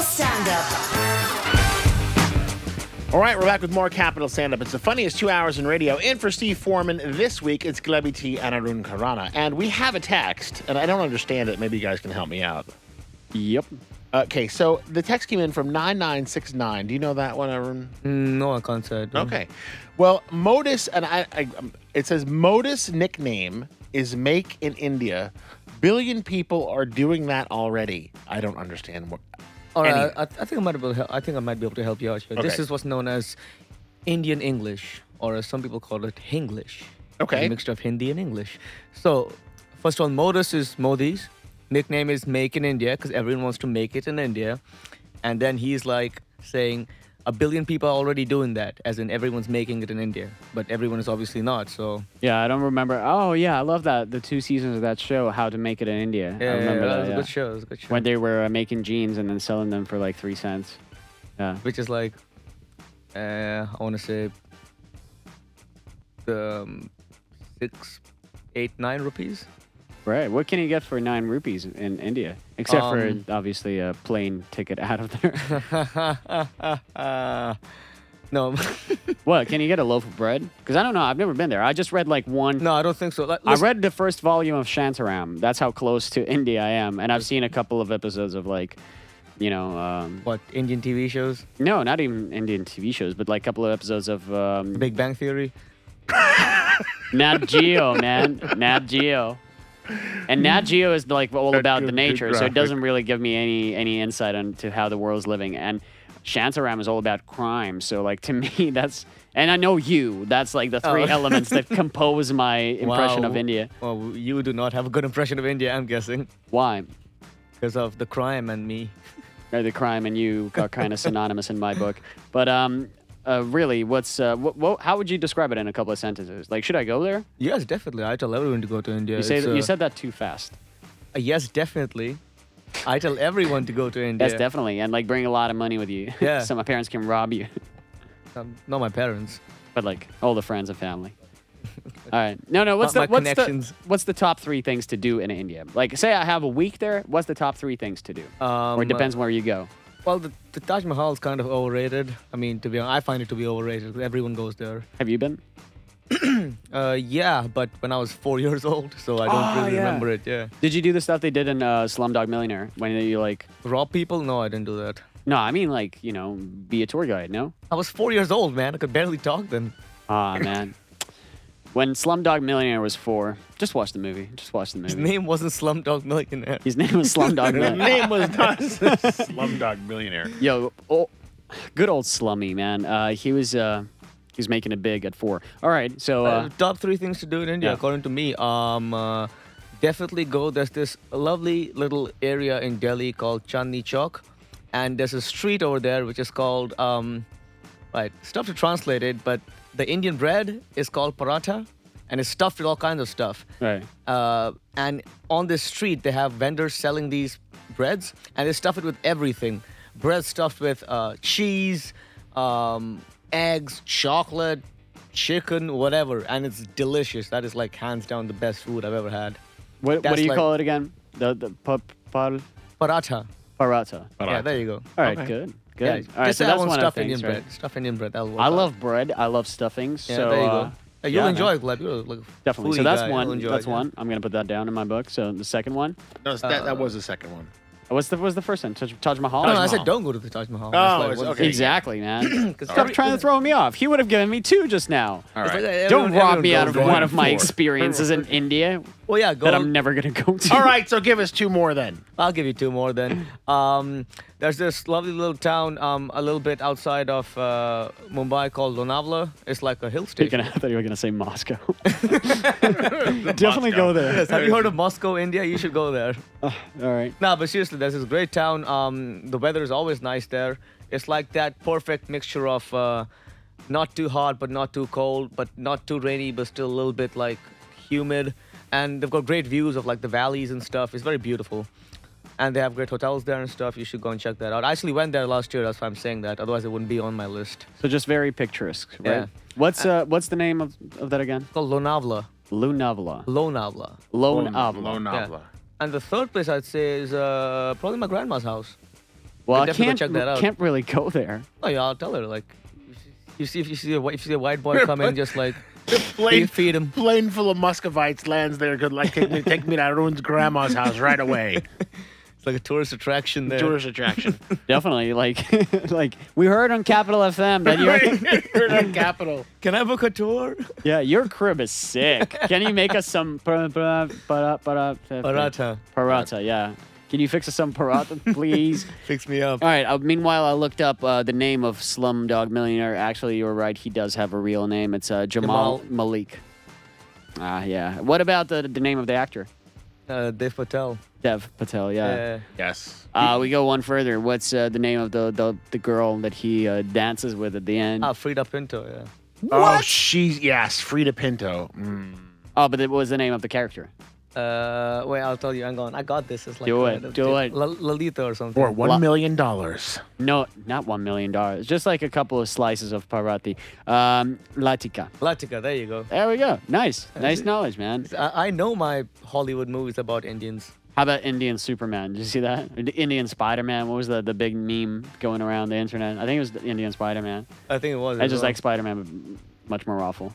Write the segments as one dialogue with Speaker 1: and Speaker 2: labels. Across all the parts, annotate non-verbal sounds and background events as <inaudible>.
Speaker 1: stand up.
Speaker 2: All right, we're back with more Capital Stand Up. It's the funniest two hours in radio. In for Steve Foreman this week, it's Glebby T and Arun Karana. And we have a text, and I don't understand it. Maybe you guys can help me out.
Speaker 3: Yep.
Speaker 2: Okay, so the text came in from 9969. Do you know that one, Arun?
Speaker 3: No, I can't say. I don't.
Speaker 2: Okay. Well, modus, and I, I um, it says modus nickname is make in India. Billion people are doing that already. I don't understand what.
Speaker 3: All
Speaker 2: Any-
Speaker 3: right. I, I think I might be able to help. I think I might be able to help you out here. This
Speaker 2: Okay.
Speaker 3: is what's known as Indian English, or as some people call it, Hinglish.
Speaker 2: Okay.
Speaker 3: A mixture of Hindi and English. So, first of all, modus is Modi's. Nickname is Make in India because everyone wants to make it in India. And then he's like saying, a billion people are already doing that, as in everyone's making it in India, but everyone is obviously not. So
Speaker 4: Yeah, I don't remember. Oh, yeah, I love that. The two seasons of that show, How to Make It in India. I remember
Speaker 3: that
Speaker 4: that.
Speaker 3: was
Speaker 4: yeah.
Speaker 3: a good show. It was a good show.
Speaker 4: When they were uh, making jeans and then selling them for like three cents. Yeah.
Speaker 3: which is like uh, I want to say the um, six, eight, nine rupees. <laughs>
Speaker 4: Right. What can you get for nine rupees in India? Except
Speaker 3: Um,
Speaker 4: for obviously a plane ticket out of there. <laughs>
Speaker 3: no,
Speaker 4: what? Can you get a loaf of bread? Because I don't know. I've never been there. I just read like
Speaker 3: <laughs>
Speaker 4: one.
Speaker 3: no, I don't think so. Like,
Speaker 4: I
Speaker 3: listen-
Speaker 4: read the first volume of Shantaram. That's how close to <laughs> India I am. And I've seen a couple of episodes of like, you know, um,
Speaker 3: what Indian TV shows,
Speaker 4: no, not even Indian TV shows, but like a couple of episodes of um,
Speaker 3: Big Bang Theory.
Speaker 4: Nat Geo, man. Nat Geo. And Nat Geo is like all about the
Speaker 2: good
Speaker 4: nature, so
Speaker 2: graphic.
Speaker 4: it doesn't really give me any any insight into how the world's living. And Shantaram is all about crime, so like to <laughs> me, that's and I know you. That's like the three
Speaker 3: Oh.
Speaker 4: elements that compose
Speaker 3: <laughs>
Speaker 4: my impression of
Speaker 3: Wow.
Speaker 4: India.
Speaker 3: Well, you do not have a good impression of India, I'm guessing,
Speaker 4: Why?
Speaker 3: because of the crime and me.
Speaker 4: or the crime and you are kind of synonymous in my book. But um, uh, really, what's uh, wh- wh- how would you describe it in a couple of sentences? Like, should I go there?
Speaker 3: Yes, definitely. I tell everyone to go to India.
Speaker 4: You say
Speaker 3: It's,
Speaker 4: that, you
Speaker 3: uh,
Speaker 4: said that too fast.
Speaker 3: uh, yes, definitely. I tell everyone to go to India.
Speaker 4: Yes, definitely, and like bring a lot of money with you, <laughs>
Speaker 3: Yeah.
Speaker 4: so my parents can rob you. <laughs>
Speaker 3: Um, not my parents.
Speaker 4: but like all the friends and
Speaker 3: <laughs>
Speaker 4: family. All right. No, no. What's
Speaker 3: Not
Speaker 4: the
Speaker 3: my
Speaker 4: what's
Speaker 3: connections.
Speaker 4: the what's the top three things to do in India? Like, say I have a week there. What's the top three things to do?
Speaker 3: Um,
Speaker 4: or it depends where you go.
Speaker 3: Well, the, the Taj Mahal is kind of overrated. I mean, to be honest, I find it to be overrated 'cause everyone goes there.
Speaker 4: Have you been?
Speaker 3: Uh, yeah, but when I was four <laughs> years old, so I don't
Speaker 4: Ah,
Speaker 3: really
Speaker 4: yeah.
Speaker 3: remember it. Yeah,
Speaker 4: Did you do the stuff they did in uh, Slumdog Millionaire when you like?
Speaker 3: rob people? No, I didn't do that.
Speaker 4: No, I mean like you know, be a tour guide. No.
Speaker 3: I was four years old, man. I could barely talk then. <laughs>
Speaker 4: Ah man. When Slumdog Millionaire was four, just watch the movie. Just watch the
Speaker 3: His
Speaker 4: movie.
Speaker 3: name wasn't Slumdog Millionaire.
Speaker 4: His name
Speaker 3: <laughs>
Speaker 4: was Slumdog
Speaker 2: The
Speaker 4: Millionaire.
Speaker 2: name was <laughs> not Slumdog Millionaire.
Speaker 4: Yo, oh, good old Slummy man. Uh, he was uh, he was making it big at four. All right, so
Speaker 3: Uh,
Speaker 4: uh,
Speaker 3: top three things to do in India,
Speaker 4: Yeah.
Speaker 3: according to me. Um, uh, definitely go. There's this lovely little area in Delhi called Chandni Chowk, and there's a street over there which is called um, right. Stuff to translate it, but the Indian bread is called paratha, and it's stuffed with all kinds of stuff.
Speaker 4: Right.
Speaker 3: Uh, and on this street, they have vendors selling these breads, and they stuff it with everything. Bread stuffed with uh, cheese, um, eggs, chocolate, chicken, whatever, and it's delicious. That is like hands down the best food I've ever had.
Speaker 4: What, what
Speaker 3: That's
Speaker 4: do you
Speaker 3: like-
Speaker 4: call it again? The the pa- par,
Speaker 3: Paratha.
Speaker 4: paratha. All
Speaker 3: Yeah, there you go.
Speaker 4: right, good, good.
Speaker 3: Yeah,
Speaker 4: All right,
Speaker 3: just
Speaker 4: so
Speaker 3: that
Speaker 4: that's
Speaker 3: one
Speaker 4: one of the
Speaker 3: stuff
Speaker 4: things,
Speaker 3: Indian
Speaker 4: right?
Speaker 3: bread. Stuff Indian bread. That'll work
Speaker 4: I
Speaker 3: out.
Speaker 4: love bread. I love stuffings.
Speaker 3: Yeah,
Speaker 4: so
Speaker 3: there you go.
Speaker 4: uh,
Speaker 3: Uh, you'll
Speaker 4: yeah,
Speaker 3: enjoy
Speaker 4: man.
Speaker 3: it, Gleb. You're like a
Speaker 4: Definitely.
Speaker 3: foodie
Speaker 4: So that's
Speaker 3: guy.
Speaker 4: one.
Speaker 3: You'll enjoy
Speaker 4: that's
Speaker 3: it, yeah.
Speaker 4: one. I'm gonna put that down in my book. So the second one. uh,
Speaker 2: No, that, that was the second one.
Speaker 4: What's the what's the first one? Taj, Taj Mahal.
Speaker 3: No, no,
Speaker 4: Taj
Speaker 3: I said
Speaker 4: Mahal.
Speaker 3: don't go to the Taj Mahal.
Speaker 2: Oh,
Speaker 3: That's like
Speaker 2: it's-
Speaker 3: one of the
Speaker 2: okay.
Speaker 4: Exactly,
Speaker 3: <coughs>
Speaker 4: man.
Speaker 3: 'Cause
Speaker 4: Stop
Speaker 3: every-
Speaker 4: trying to throw me off. He would have given me two just now.
Speaker 2: All
Speaker 3: It's
Speaker 2: right.
Speaker 3: like, uh,
Speaker 4: Don't
Speaker 3: everyone-
Speaker 4: rob me
Speaker 3: everyone
Speaker 4: out of
Speaker 3: goes
Speaker 4: one
Speaker 3: there.
Speaker 4: of my
Speaker 2: four.
Speaker 4: experiences in India
Speaker 3: Well, yeah, go.
Speaker 4: that I'm never gonna go to.
Speaker 2: All right, so give us two more then.
Speaker 3: I'll give you two more then. Um, there's this lovely little town um, a little bit outside of uh, Mumbai called Lonavala. It's like a hill
Speaker 4: You're
Speaker 3: station.
Speaker 4: gonna, I thought you were gonna say
Speaker 2: <laughs>
Speaker 4: Moscow. <laughs> Definitely
Speaker 2: Moscow.
Speaker 4: go there.
Speaker 3: Yes, have you heard of Moscow, India? You should go there.
Speaker 4: All right.
Speaker 3: No, but seriously, there's this great town. Um, the weather is always nice there. It's like that perfect mixture of uh, not too hot, but not too cold, but not too rainy, but still a little bit like humid. And they've got great views of like the valleys and stuff. It's very beautiful. And they have great hotels there and stuff. You should go and check that out. I actually went there last year. That's why I'm saying that. Otherwise, it wouldn't be on my list.
Speaker 4: So just very picturesque, right?
Speaker 3: Yeah.
Speaker 4: What's uh, what's the name of, of that again?
Speaker 3: It's called Lonavla.
Speaker 4: Lunavla.
Speaker 3: Lonavla.
Speaker 4: <laughs> Lone Avla.
Speaker 2: Loan
Speaker 3: Yeah. <laughs>
Speaker 2: Avla.
Speaker 3: And the third place I'd say is uh, probably my grandma's house.
Speaker 4: Well,
Speaker 3: We'll
Speaker 4: I
Speaker 3: definitely
Speaker 4: can't,
Speaker 3: check that out.
Speaker 4: can't really go there.
Speaker 3: No, yeah, I'll tell her like, you see if you see a whi- if you see a white boy come in, just <laughs> like
Speaker 2: Plane,
Speaker 3: feed, feed him.
Speaker 2: plane full of Muscovites lands there. Good luck. Take me, take me to Arun's grandma's house right away.
Speaker 3: It's like a tourist attraction <laughs> there.
Speaker 2: Tourist
Speaker 3: <laughs>
Speaker 2: attraction.
Speaker 4: Definitely, like, <laughs> like we heard on Capital FM that your
Speaker 2: <laughs> You're on capital.
Speaker 3: Can I book a <laughs> tour?
Speaker 4: <laughs> yeah your crib is sick. Can you make us some par- par- para- para-
Speaker 3: Paratha.
Speaker 4: Paratha, yeah. Can you fix us some paratha, please?
Speaker 3: Fix me up.
Speaker 4: All right. Uh, meanwhile, I looked up uh, the name of Slumdog Millionaire. Actually, you're right. He does have a real name. It's uh, Jamal,
Speaker 3: Jamal.
Speaker 4: Malik. Ah, yeah. What about the the name of the actor?
Speaker 3: Uh, Dev Patel.
Speaker 4: Dev Patel. Yeah.
Speaker 3: Yeah.
Speaker 2: Yes.
Speaker 4: Uh, we go one further. What's uh, the name of the, the the girl that he uh, dances with at the end?
Speaker 3: Ah, Frida Pinto. Yeah.
Speaker 2: Oh, she's yes, Frida Pinto. Mm.
Speaker 4: oh, but it was the name of the character.
Speaker 3: Uh, wait, I'll tell you. Hang on. I got this. It's like
Speaker 4: Do
Speaker 3: uh,
Speaker 4: it,
Speaker 3: the-
Speaker 4: do
Speaker 3: the-
Speaker 4: it.
Speaker 3: La- Lalita or something.
Speaker 2: Or
Speaker 4: Lo-
Speaker 2: one million dollars.
Speaker 4: No, not one million dollars. Just like a couple of slices of parati. Um, Latika.
Speaker 3: Latika. There you go.
Speaker 4: There we go. Nice, nice knowledge, man.
Speaker 3: I, I know my Hollywood movies about Indians.
Speaker 4: How about Indian Superman? Did you see that? Or the Indian Spider Man. What was the, the big meme going around the internet? I think it was the Indian Spider Man.
Speaker 3: I think it was.
Speaker 4: I
Speaker 3: as
Speaker 4: just
Speaker 3: well.
Speaker 4: like Spider Man, but much more awful.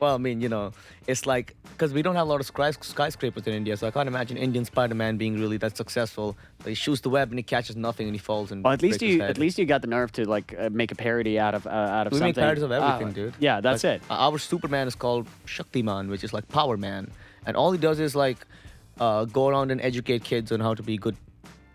Speaker 3: Well, I mean, you know, it's like because we don't have a lot of skys- skyscrapers in India, so I can't imagine Indian Spider-Man being really that successful. But he shoots the web and he catches nothing and he falls and.
Speaker 4: Well, at least
Speaker 3: breaks his
Speaker 4: you
Speaker 3: head.
Speaker 4: at least you got the nerve to like uh, make a parody out of uh, out of
Speaker 3: we
Speaker 4: something.
Speaker 3: make parodies of
Speaker 4: Ah,
Speaker 3: everything, dude.
Speaker 4: Yeah, that's
Speaker 3: Like,
Speaker 4: it.
Speaker 3: Our Superman is called Shaktiman, which is like Power Man, and all he does is like uh, go around and educate kids on how to be good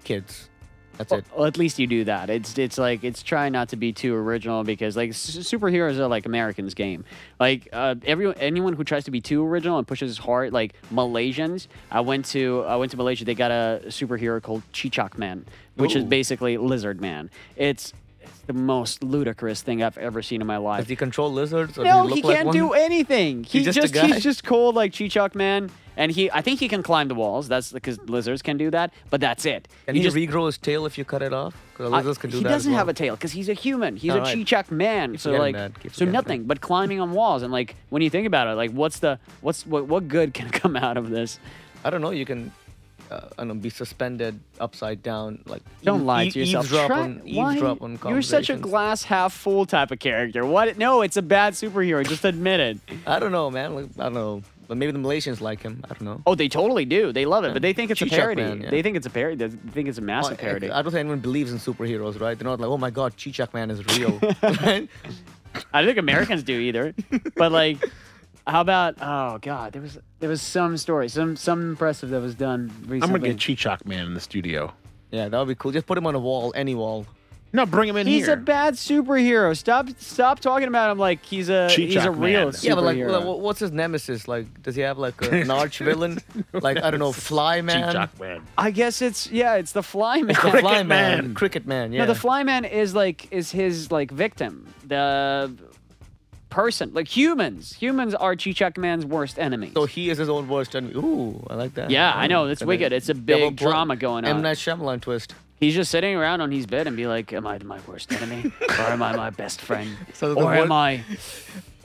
Speaker 3: kids. That's it.
Speaker 4: Well, at least you do that. It's it's like it's trying not to be too original because like s- superheroes are like Americans' game. Like uh, everyone, anyone who tries to be too original and pushes hard, like Malaysians. I went to I went to Malaysia. They got a superhero called Chichak Man, which is
Speaker 3: Ooh.
Speaker 4: basically Lizard Man. It's, it's the most ludicrous thing I've ever seen in my life.
Speaker 3: Does he control lizards? Or
Speaker 4: No,
Speaker 3: does
Speaker 4: he
Speaker 3: he, look like
Speaker 4: can't
Speaker 3: one?
Speaker 4: do anything. He
Speaker 3: just
Speaker 4: just,
Speaker 3: a guy.
Speaker 4: he's just cold like Chichok man, and he I think he can climb the walls. That's because lizards can do that, but that's it.
Speaker 3: Can
Speaker 4: He
Speaker 3: he,
Speaker 4: just
Speaker 3: regrow his tail if you cut it off? Because
Speaker 4: I-
Speaker 3: lizards can do
Speaker 4: he
Speaker 3: that. as
Speaker 4: doesn't have a
Speaker 3: well.
Speaker 4: tail because he's a human. He's a
Speaker 3: Alright.
Speaker 4: Chichak man. So
Speaker 3: forgetting
Speaker 4: like,
Speaker 3: that. Keep
Speaker 4: so
Speaker 3: forgetting
Speaker 4: nothing but climbing on walls. And like, when you think about it, like, what's the what's what what good can <laughs> come out of this?
Speaker 3: I don't know. You can, uh, I don't know, be suspended upside down. Like
Speaker 4: Don't
Speaker 3: eve-
Speaker 4: lie
Speaker 3: eve-
Speaker 4: to yourself.
Speaker 3: E-, Eavesdrop
Speaker 4: Try-
Speaker 3: on,
Speaker 4: why-
Speaker 3: eavesdrop on
Speaker 4: You're such a
Speaker 3: conversations.
Speaker 4: glass half full type of character. What? No, it's a bad superhero. Just admit it.
Speaker 3: I don't know, man. Like, I don't know. But maybe the Malaysians like him. I don't know.
Speaker 4: Oh, they totally do. They love it, but they think it's a
Speaker 3: Chichak
Speaker 4: parody.
Speaker 3: man, yeah.
Speaker 4: They think it's a parody. They think it's a massive
Speaker 3: I- I-
Speaker 4: parody.
Speaker 3: Uh, I don't think anyone believes in superheroes, right? They're not like, oh my god, Chichak Man is
Speaker 4: <laughs>
Speaker 3: real.
Speaker 4: I don't think Americans
Speaker 3: <laughs>
Speaker 4: do either. But like, how about? Oh God, there was there was some story, some some impressive that was done recently.
Speaker 2: I'm gonna get Chichok Man in the studio.
Speaker 3: yeah, that would be cool. Just put him on a wall, any wall.
Speaker 2: No, bring him in
Speaker 4: He's
Speaker 2: here.
Speaker 4: a bad superhero. Stop stop talking about him like he's a he's a
Speaker 2: Cheechak
Speaker 4: real
Speaker 2: man.
Speaker 4: superhero.
Speaker 3: Yeah, but like, like, wha- what's his nemesis? Like, does he have like a, an
Speaker 4: <laughs>
Speaker 3: arch villain? Like, I don't know, Fly Man.
Speaker 2: Chichok Man.
Speaker 4: I guess it's yeah, it's the fly man.
Speaker 3: The
Speaker 2: Cricket
Speaker 3: Fly
Speaker 4: <laughs>
Speaker 3: man.
Speaker 2: Man.
Speaker 3: Cricket Man. Yeah.
Speaker 4: No, the fly man is like is his like victim. The person. Like humans. Humans are Cheechak man's worst enemy.
Speaker 3: so he is his own worst enemy. Ooh, I like that.
Speaker 4: Yeah, I know,
Speaker 3: Ooh,
Speaker 4: that's
Speaker 3: kinda
Speaker 4: wicked. It's a big
Speaker 3: double plot.
Speaker 4: drama going on.
Speaker 3: M Night Shyamalan twist.
Speaker 4: He's just sitting around on his bed and be like, Am I my worst enemy?
Speaker 3: <laughs>
Speaker 4: or am I my best friend?
Speaker 3: So the
Speaker 4: or am
Speaker 3: wor-
Speaker 4: I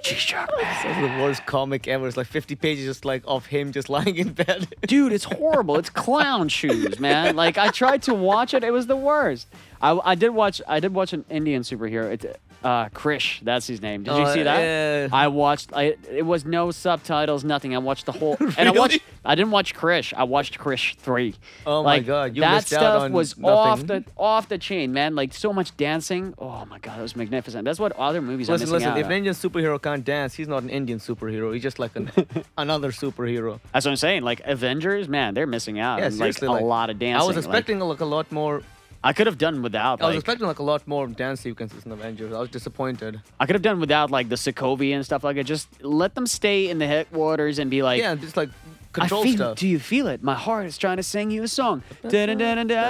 Speaker 4: Cheechak man?
Speaker 3: That's the worst comic ever. It's like 50 pages just like of him just <laughs> lying in bed.
Speaker 4: dude it's horrible it's clown shoes man like i tried to watch it it was the worst i, I did watch i did watch an indian superhero it's uh krish that's his name did you
Speaker 3: Oh,
Speaker 4: see that
Speaker 3: yeah.
Speaker 4: i watched i it was no subtitles nothing i watched the whole and i
Speaker 3: <laughs>
Speaker 4: watched
Speaker 3: Really?
Speaker 4: i didn't watch krish i watched krish 3
Speaker 3: Oh my
Speaker 4: like,
Speaker 3: God, you
Speaker 4: that
Speaker 3: missed out
Speaker 4: stuff
Speaker 3: on
Speaker 4: was off the
Speaker 3: nothing.
Speaker 4: off the chain man like so much dancing oh my god it was magnificent that's what other movies
Speaker 3: listen,
Speaker 4: i'm
Speaker 3: listen.
Speaker 4: missing out
Speaker 3: If an
Speaker 4: on.
Speaker 3: Indian superhero can't dance, he's not an Indian superhero. He's just like
Speaker 4: <laughs>
Speaker 3: an, another superhero.
Speaker 4: that's what i'm saying like avengers man they're missing out
Speaker 3: Yeah,
Speaker 4: on, like,
Speaker 3: seriously.
Speaker 4: a lot of dancing
Speaker 3: I was
Speaker 4: Like,
Speaker 3: expecting like, a lot more.
Speaker 4: i could have done without
Speaker 3: I was
Speaker 4: like,
Speaker 3: expecting like a lot more dance sequences in Avengers. I was disappointed.
Speaker 4: I could have done without like the Sokovia and stuff like that. Just let them stay in the headquarters and be like,
Speaker 3: Yeah, just like
Speaker 4: I
Speaker 3: control
Speaker 4: feel,
Speaker 3: stuff.
Speaker 4: do you feel it? My heart is trying to sing you a song.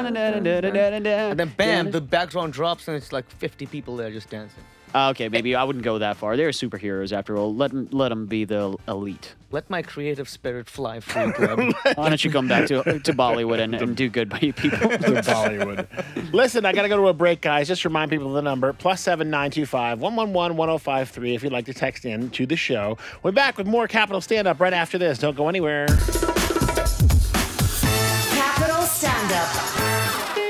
Speaker 4: And
Speaker 3: and then bam, the background drops and it's like 50 people there just dancing.
Speaker 4: Ah, okay, maybe I wouldn't go that far. They're superheroes after all. Let them, let them be the elite.
Speaker 3: Let my creative spirit fly, free
Speaker 4: <laughs>
Speaker 3: club.
Speaker 4: Why don't you come back to to Bollywood and, and do good by you people?
Speaker 2: to Bollywood. Listen, I got to go to a break, guys. Just remind people of the number plus 7925 111 1053 if you'd like to text in to the show. We're back with more Capital Stand Up right after this. Don't go anywhere.